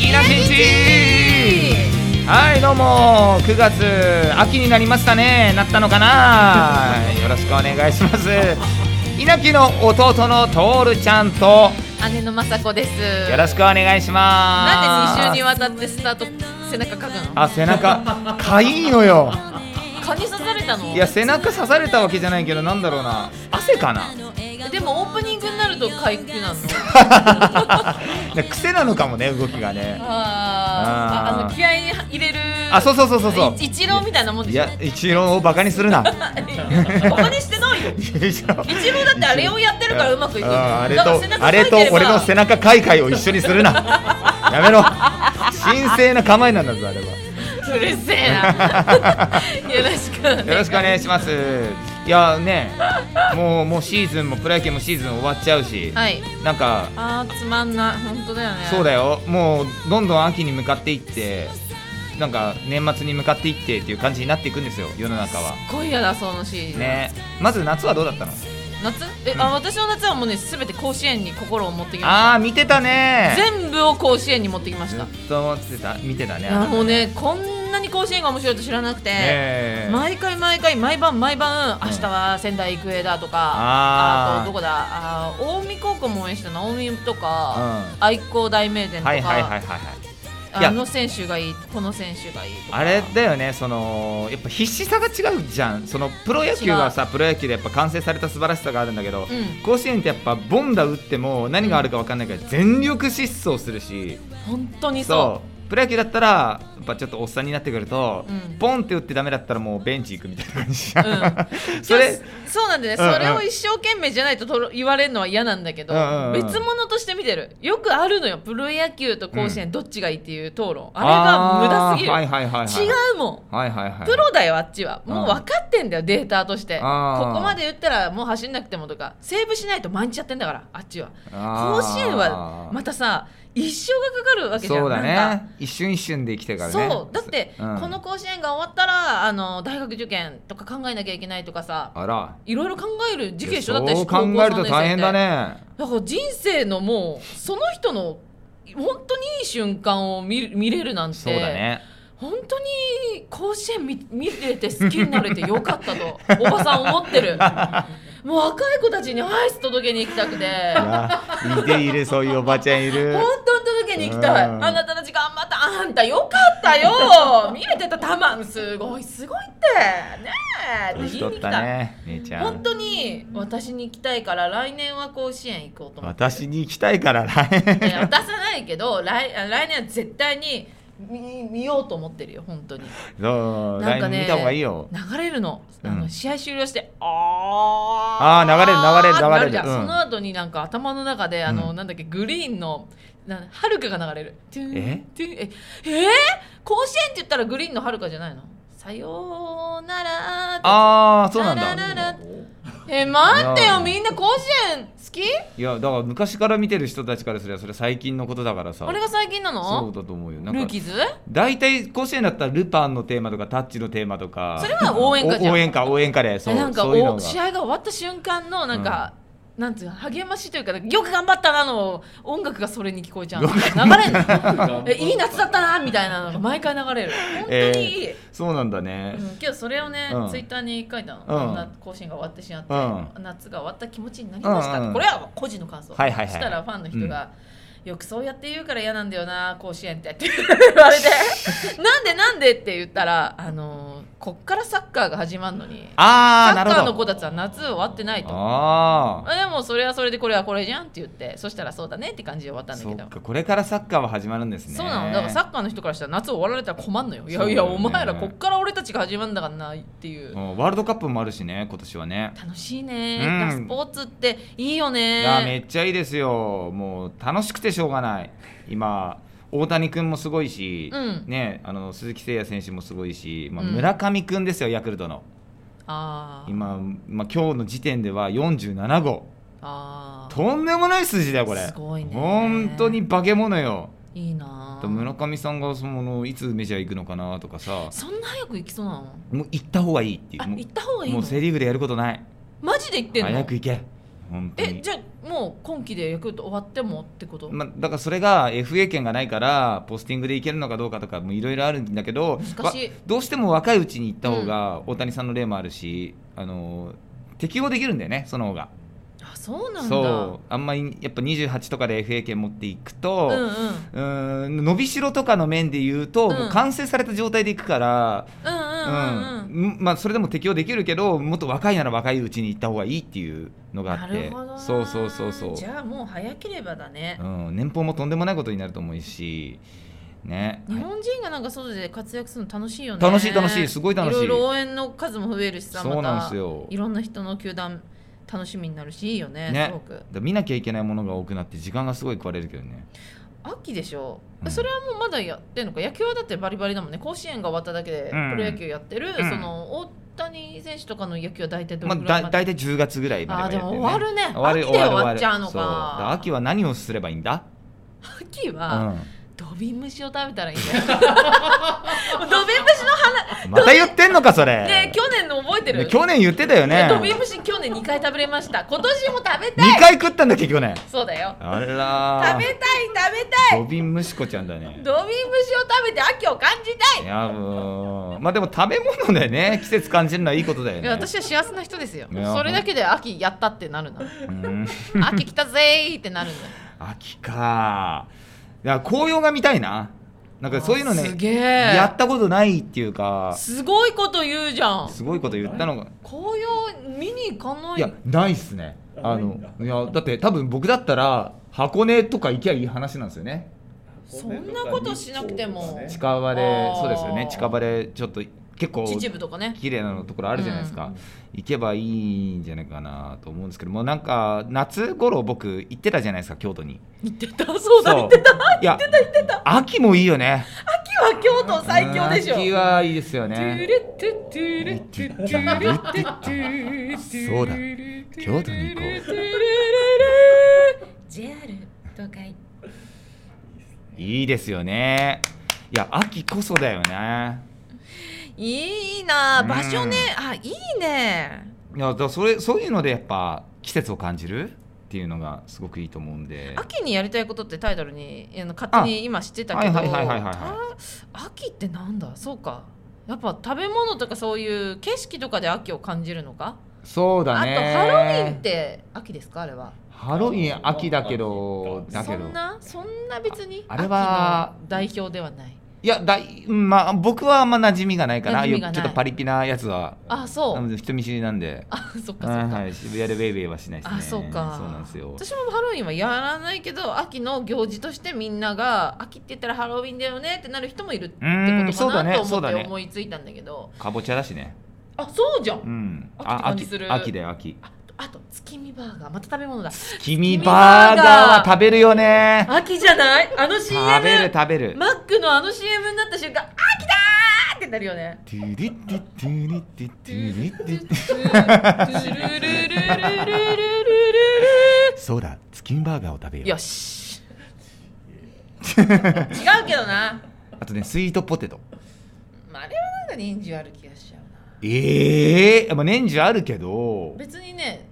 イラテンチはいどうも9月秋になりましたねなったのかなよろしくお願いします稲城の弟のトールちゃんと姉の雅子ですよろしくお願いしますなんで2週にわたってスタート背中かくのあ背中かいいのよ蚊に刺されたのいや背中刺されたわけじゃないけどなんだろうな汗かな でもオープニングになると回復なの癖なのかもね動きがねあーああの気合い入れるあそうそうそうそうそうい一郎みたいなもんでいしょや一郎をバカにするなバカにしてないよ一郎一郎だってあれをやってるからうまくいくんだよああれだからと背中あれとかいてば俺の背中かいかいを一緒にするな やめろ神聖な構えなんだぞあれはうるせえ なよろしくお願いよろしくお願いしますいやねもうもうシーズンもプロ野球もシーズン終わっちゃうし、はいなんかあーつまんない本当だよねそうだよもうどんどん秋に向かっていってなんか年末に向かっていってっていう感じになっていくんですよ世の中は今夜だそのシーンねまず夏はどうだったの夏え、あ私の夏はもうねすべて甲子園に心を持ってきまああ見てたしたね全部を甲子園に持ってきましずたっと思ってた見てたねいやもうねこんなに甲子園が面白いと知らなくて、ええ毎回毎回毎晩毎晩明日は仙台育英だとか、あーあとどこだあー近江高校も応援してたな近江とか、愛工大名電とか、はいはいはいはいはいいやあの選手がいいこの選手がいいとかあれだよねそのやっぱ必死さが違うじゃんそのプロ野球はさプロ野球でやっぱ完成された素晴らしさがあるんだけど、うん甲子園ってやっぱボンダ打っても何があるか分かんないから全力疾走するし、本当にそそうプロ野球だったらやっぱちょっとおっさんになってくると、うんポンって打ってダメだったらもうベンチ行くみたいな感じじゃう、うんん、 それそうなんでね、うんうんそれを一生懸命じゃないととろ言われるのは嫌なんだけど、うんうんうん別物として見てるよくあるのよプロ野球と甲子園どっちがいいっていう討論、あれが無駄すぎる、あーはいはいはいはい違うもんはいはいはいプロだよあっちはもううん分かってんだよデータとしてここあーまで打ったらもう走んなくてもとかセーブしないと毎日やってんだからあっちはあー甲子園はまたさ一生がかかるわけじゃんそうだなんかね一瞬一瞬で生きてるからねそうだって、うんこの甲子園が終わったらあの大学受験とか考えなきゃいけないとかさあらいろいろ考える時期でしょだってそう考えると大変だ高校三年ね生ってだから人生のもうその人の本当にいい瞬間を見見れるなんてそうだね本当に甲子園見見れて好きになれてよかったとおばさん思って るもう若い子たちにアイス届けに行きたくていやいているそういうおばちゃんいる 本当に届けに行きたいうんあなたたち頑張ったあん たよかったよ見れてたたまんすごいすごいってねえって年言い取にっ来たたね姉ちゃ本ん当に私に行きたいから来年は甲子園行こうと思って私に行きたいから来いや渡さないけど来来年は絶対に見見ようと思ってるよ本当にそうなんか来年ね見た方がいいよ流れるの,、あうのん試合終了してああーー流れる流れるってなじゃ流れるんうんその後になんか頭の中であの、うんなんだっけグリーンのなはるかが流れるトゥンえトゥンええー、甲子園って言ったらグリーンのはるかじゃないのさようならってやああつそうなんララだララえ待っていやよーみんな甲子園好きいやだから昔から見てる人たちからすればそれ最近のことだからさあれが最近なそうのだと思うよなルんーかキーズ大体甲子園だったらルパンのテーマとかタッチのテーマとかそれは応援歌じゃんお応援歌応援歌でそうえなんかそういうのおが試合が終わった瞬間のなんか、なんていうの励ましというかよく頑張ったなの音楽がそれに聞こえちゃうの流れん のえいい夏だったなみたいなのが毎回流れる本当にいい、そうなんだねうん、けどそれをね、うんツイッターに書いたの、んこんな甲子園が終わってしまって、う夏が終わった気持ちになりました、うんうんこれは個人の感想、はいはいはいそしたらファンの人が、よくそうやって言うから嫌なんだよな甲子園ってって言われ てなんでなんでって言ったらあのーこっからサッカーが始まるのにああなサッるカほどーの子たちは夏終わってないと。あああでもそれはそれでこれはこれじゃんって言ってそしたらそうだねって感じで終わったんだそけっどかこれからサッカーは始まるんですねそうなのだからサッカーの人からしたら夏終わられたら困んのよいやいやそうだよおね前らこっから俺たちが始まるんだからなっていううんワールドカップもあるしね今年はね楽しいねうんスポーツっていいよいやめねっちゃいいですよもう楽しくてしょうがない今大谷君もすごいし、うんね、あの鈴木誠也選手もすごいし、まあ、うん村上君ですよ、ヤクルトのあー今、まあ、今日の時点では47号あーとんでもない数字だよこれすごいね本当に化け物よいいなあ村上さんがそのいつメジャー行くのかなとかさそんな早く行きそうなのもう行った方がいいっていうあもう行った方がいいものうセ・リーグでやることないマジで言ってん早のく行け本当えにじゃあもう今期でヤクルト終わってもってこと、まあ、だからそれが FA 権がないからポスティングでいけるのかどうかとかもいろいろあるんだけど難しいわどうしても若いうちに行った方が大谷さんの例もあるし、あの適応できるんだよねその方があそうなんだそうあんまりやっぱ28とかで FA 権持っていくと、うんうんうんうーん伸びしろとかの面で言うと、うんもう完成された状態でいくから、うんうんうんうんまあ、それでも適応できるけどもっと若いなら若いうちに行った方がいいっていうのがあなってるほどなそうそうそうそうじゃあもう早ければだねう、ん、年俸もとんでもないことになると思うしね日本人がなんか外で活躍するの楽しいよね楽しい楽しいすごい楽しいいろいろ応援の数も増えるしさそうなんですまよたいろんな人の球団楽しみになるしいいよねねすごくだ見なきゃいけないものが多くなって時間がすごい食われるけどね秋でしうょ、んそれはもうまだやってんのか野球はだってバリバリだもんね甲子園が終わっただけでプうんロ野球やってる、うんその大谷選手とかの野球は大体どまれあ、ぐらいだま大で、体10月ぐらいまあーでではやっもて終るわるね終わる秋で終終わわっるちゃうのそうだらか秋は何をすればいいんだ、秋うは、ん、ドビン虫を食べたら いいんだよドビン虫の花また言ってんのかそれね去年の覚えてるね去年言ってたよねドビン虫去年2回食べれました今年も食べたい2回食ったんだっけ去年そうだよあ食らべたいー食べたいドビンムシコちゃんだねドビン虫を食べて秋を感じたいいやもうまあでも食べ物で ね季節感じるのはいいことだよいねや私は幸せな人ですよいやそれだけで秋やったってなるのうん秋来たぜーってなるんだよ秋かいや紅葉が見たいななんかそういうのあーすねげやっえたことないっていうかすごいこと言うじゃんすごいこと言ったのが紅葉見に行かないいやないっすねあのいやだって多分僕だったら箱根とか行きゃいい話なんですよねそんなことしなくても近場あでーそうですよね近場でちょっと結構秩父とかね綺麗なところあるじゃないですか、行けばいいんじゃないかなと思うんですけどもうなんか夏頃僕行ってたじゃないですか京都に行ってたそうだ行ってたいや秋もいいよね秋は京都最強でしょ秋はいいですよトゥねルトゥトゥルトゥトゥルトゥトゥルトゥそうだ京都に行こう JR 東海いいですよねいや秋こそだよねいいなあうん場所ねあいいねいやだからそれそういうのでやっぱ季節を感じるっていうのがすごくいいと思うんで秋にやりたいことってタイトルにあの勝手に今知ってたけどはいはいはいはいはいあ秋ってなんだそうかやっぱ食べ物とかそういう景色とかで秋を感じるのかそうだあとねハロウィンって秋ですかあれはハロウィン秋だけどだけそどんなそんな別にああれは秋の代表ではないいやだいまあ僕はあんま馴染みがないかな馴染みがないちょっとパリピなやつはあそううん人見知りなんであそっかそっか、はいはい渋谷でウェイウェイはしないですねあそうかそうなんですよ私もハロウィンはやらないけど秋の行事としてみんなが秋って言ったらハロウィンだよねってなる人もいるってうーんことかな、とそう思っだてね思いついたんだけどかぼちゃだしねあそうじゃん、うん秋ってあ感じ秋する秋だよ秋あとあと月見バーガーまた食べ物だ君バーガーは食べるよね秋じゃないあの CM 食べる食べるマックのあの CM になった瞬間「秋だ!」ってなるよね。トゥリッティトゥリッティトゥリッティそうだチキンバーガーを食べようよし違うけどな、あとねスイートポテト まあ、あれはなんか人参ある気がしちゃうなええまあ年中あるけど別にね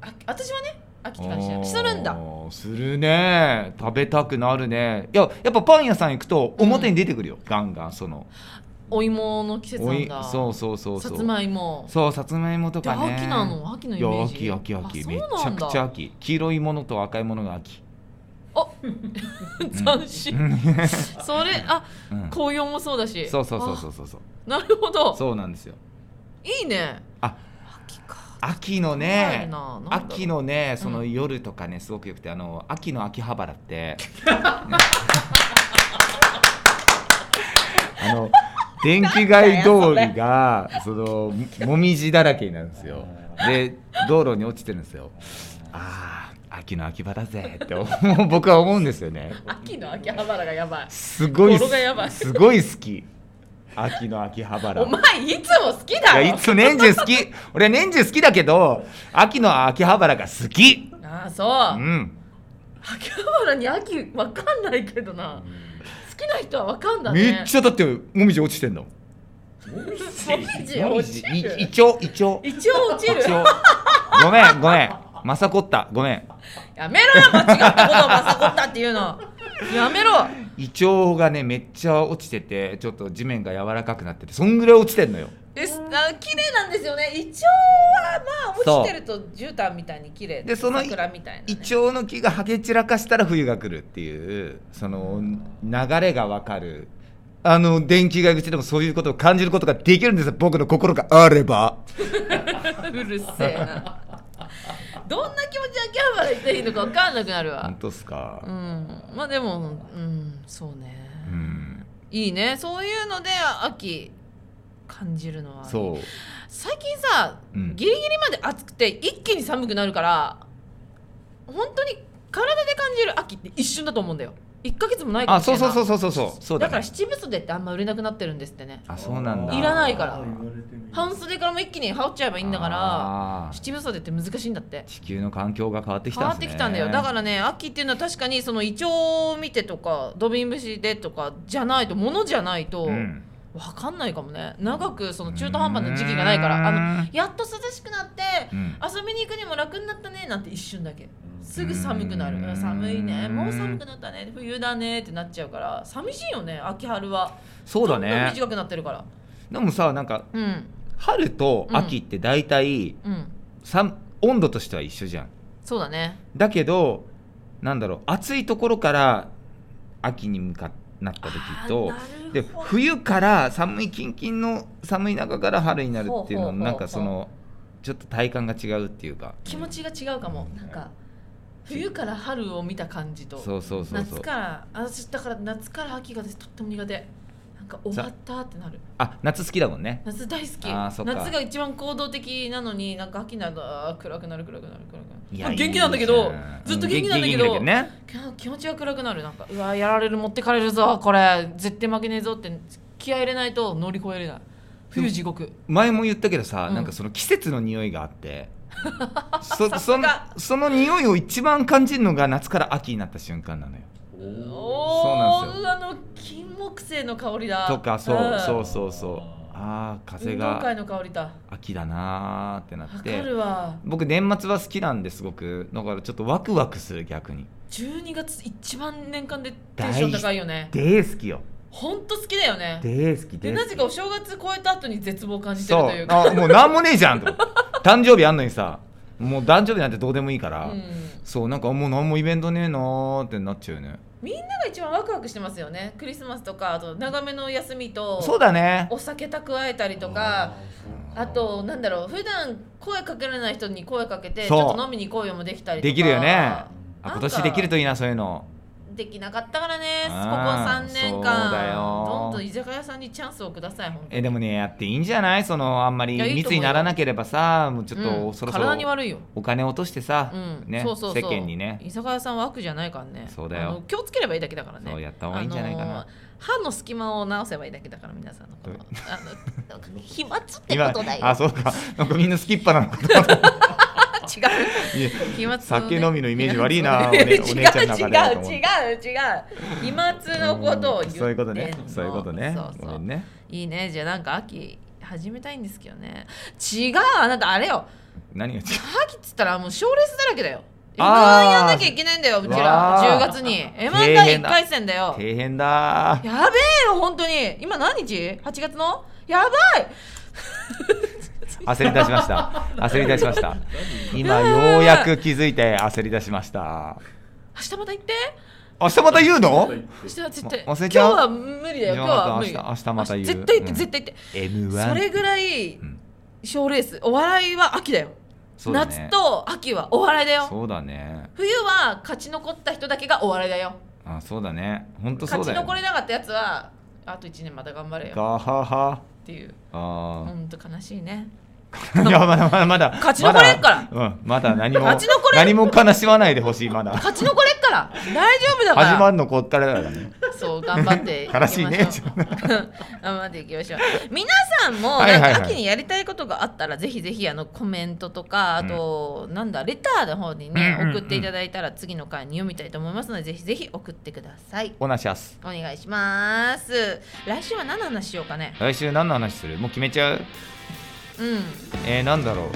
あ私はね秋って感じじゃするんだあーするね食べたくなるねいややっぱパン屋さん行くと表に出てくるよ、ガンガンそのお芋の季節なおんいだそうそうそうそうさつまいもそうさつまいもとでかね秋なの秋のイいメやージ秋秋秋めあちゃくちゃ 秋黄色いものと赤いものが秋、そうなんだ斬新 それあうん、紅葉もそうだしそうそうそうそうそうそうあなるほどそうなんですよいいねあ秋か秋の怖いねななんだろう秋のねそのうん夜とかねすごくよくてあの秋の秋葉原 って、ねあの電気街通りがそのももみじだらけになるんですよで道路に落ちてるんですよああ秋の秋葉だぜって 思う僕は思うんですよね秋の秋葉原がやばいすごい心がやばいすごい好き秋の秋葉原お前いつも好きだいろやいつも年中好き 俺は年中好きだけど秋の秋葉原が好きああそううん秋葉原に秋わかんないけどな好きな人はわかんだねめっちゃだってもみじ落ちてんの。もみじ落ちるいいちょういちょう。一応落ちるいちょうごめんごめんマサコッタごめんやめろよ間違ったことをまさこったっていうのやめろ胃腸がねめっちゃ落ちててちょっと地面が柔らかくなっててそんぐらい落ちてんのよえすあ綺麗なんですよね胃腸はまあそう落ちてると絨毯みたいに綺麗でその桜みたいな、ね、胃腸の木がはげ散らかしたら冬が来るっていうその流れがわかるあの電気街口でもそういうことを感じることができるんですよ僕の心があればうるせえなどんな気持ちで秋葉原行っていいのか分かんなくなるわ本当っすかうんまあでもうんそうね、うんいいねそういうので秋感じるのはそう最近さ、うんギリギリまで暑くて一気に寒くなるから本当に体で感じる秋って一瞬だと思うんだよ1ヶ月もないかあもしそれうないそうそうそうそうそうそうだだ,、から七分袖ってあんま売れなくなってるんですってねあそうなんだいらないから言われてみれば半袖からも一気に羽織っちゃえばいいんだからあー七分袖って難しいんだって地球の環境が変わってき変たわんっでてすねきたんだよだからね秋っていうのは確かにその胃腸を見てとか土瓶節でとかじゃないとものじゃないとうん分かんないかもね長くその中途半端な時期がないからあののやっと涼しくなってうん遊びに行くにも楽になったねなんて一瞬だけうんすぐ寒くなるうんうん寒いねもう寒くなったね冬だねってなっちゃうから寂しいよね秋春はそうだどんどんね短くなってるからでもさなんかうん春と秋って大体、うんさん、温度としては一緒じゃんそうだねだけどなんだろう暑いところから秋に向かっなった時とあーなでるほど冬から寒いキンキンの寒い中から春になるっていうのほうほうほうほうなんかそのちょっと体感が違うっていうか気持ちが違うかもなんか冬から春を見た感じとそうそうそうそう夏からあ私だから夏から秋が私とっても苦手なんか終わったってなるあ夏好きだもんね夏大好きあーそっか夏が一番行動的なのになんか秋になるとあー暗くなる暗くなる暗くなるいやまあ元気なんだけどいいじゃずっと元気なんだけど元気ねきゃ気持ちが暗くなるなんかうわーやられる持ってかれるぞこれ絶対負けねえぞって気合い入れないと乗り越えれない冬地獄前も言ったけどさ、うんなんかその季節の匂いがあって そそさすのがその匂いを一番感じるのが夏から秋になった瞬間なのよおーそうおなんですーあの金木犀の香りだとかそう、んそうそうそうあー風運動会がの香りだ秋だなーってなわっかてるわ僕年末は好きなんですごくだからちょっとワクワクする逆に12月一番年間でテンション高いよねでー好きよほんと好きだよねでー好きでー好なきぜかお正月超えた後に絶望を感じてるそといううかあもうなんもねえじゃんと 誕生日あんのにさもう誕生日なんてどうでもいいから、うんそうなんかもう何もイベントねえなーってなっちゃうよねなんか一番ワクワクしてますよねクリスマスとかあと長めの休みとそうだねお酒蓄えたりとかあーあとなんだろう普段声かけられない人に声かけてちそうょっと飲みに行こうよもできたりとかできるよねあなん今か年できるといいなそういうのできなかったからねここあー3年そうだ間よどんどん居酒屋さんにチャンスをください本当にえでもねやっていいんじゃないそのあんまりいやいいと密思うよにならなければさもうちょっうとんそろそろ体に悪いよお金落としてさ、うんねそうそうそう世間にね居酒屋さんは悪じゃないからねそうだよあの気をつければいいだけだからねそうやった方がいいんじゃないかなあのー歯の隙間を直せばいいだけだから皆さんのこのどあのなんか飛沫って今ことだよあそうかなんかみんなスキッパなのかと思った 違ういや飛沫をね酒飲みのイメージ悪いな 飛沫をねお姉お姉ちゃんの中ではと思っ違うて違う違う違う飛沫のことを言ってんのそういうことねそういうことねそうそうごめんねいいねじゃあなんか秋始めたいんですけどね違うあなたあれよ何が違う秋っつったらもう賞レースだらけだよ M1 あーやんなきゃいけないんだようちらわー10月に M1 大第変1だ回戦だよ底辺だーやべえよ本当に今何日 ?8 月のやばい焦り出しました 焦り出しました今ようやく気づいて焦り出しました明日また行って明日また言うの明日は絶対ま忘れ今日ちゃうは無理だよ今日は無理明日明日また言う絶対行ってうん絶対行って、 M1 それぐらいうん賞レースお笑いは秋だよそうだね夏と秋はお笑いだよそうだね冬は勝ち残った人だけがお笑いだよあそうだね本当そ勝うだよち残れなかったやつはあと1年また頑張れよガハハっていうほあんと悲しいねあ いやまだまだまだ勝ち残れっからまだうんまだ何も勝ち残れ何も悲しまないでほしいまだ勝ち残れっ から大丈夫だから始まるのこっからだからね そう頑張っていき ま悲ししいょ。うね 頑張っていきましょう。皆さんもはいなはんいはいか秋にやりたいことがあったらぜひぜひあのコメントとかあと、なんだレターの方にねうんうんうん送っていただいたら次の回に読みたいと思いますのでぜひぜひ送ってください。おなしゃすお願いします。来週は何の話しようかね。来週何の話するもう決めちゃううん。えー、なんだろう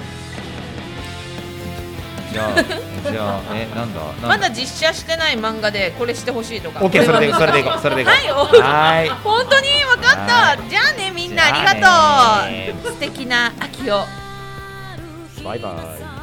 じゃあ、じゃあ、え、なんだ。まなんだ実写してない漫画でこれしてほしいとか。オッケー、それで、こそれでいはこう、それでいこう。はいよ。はーい。本当に分かはった。じゃあねみんなありがとう。素敵な秋を。バイバイ。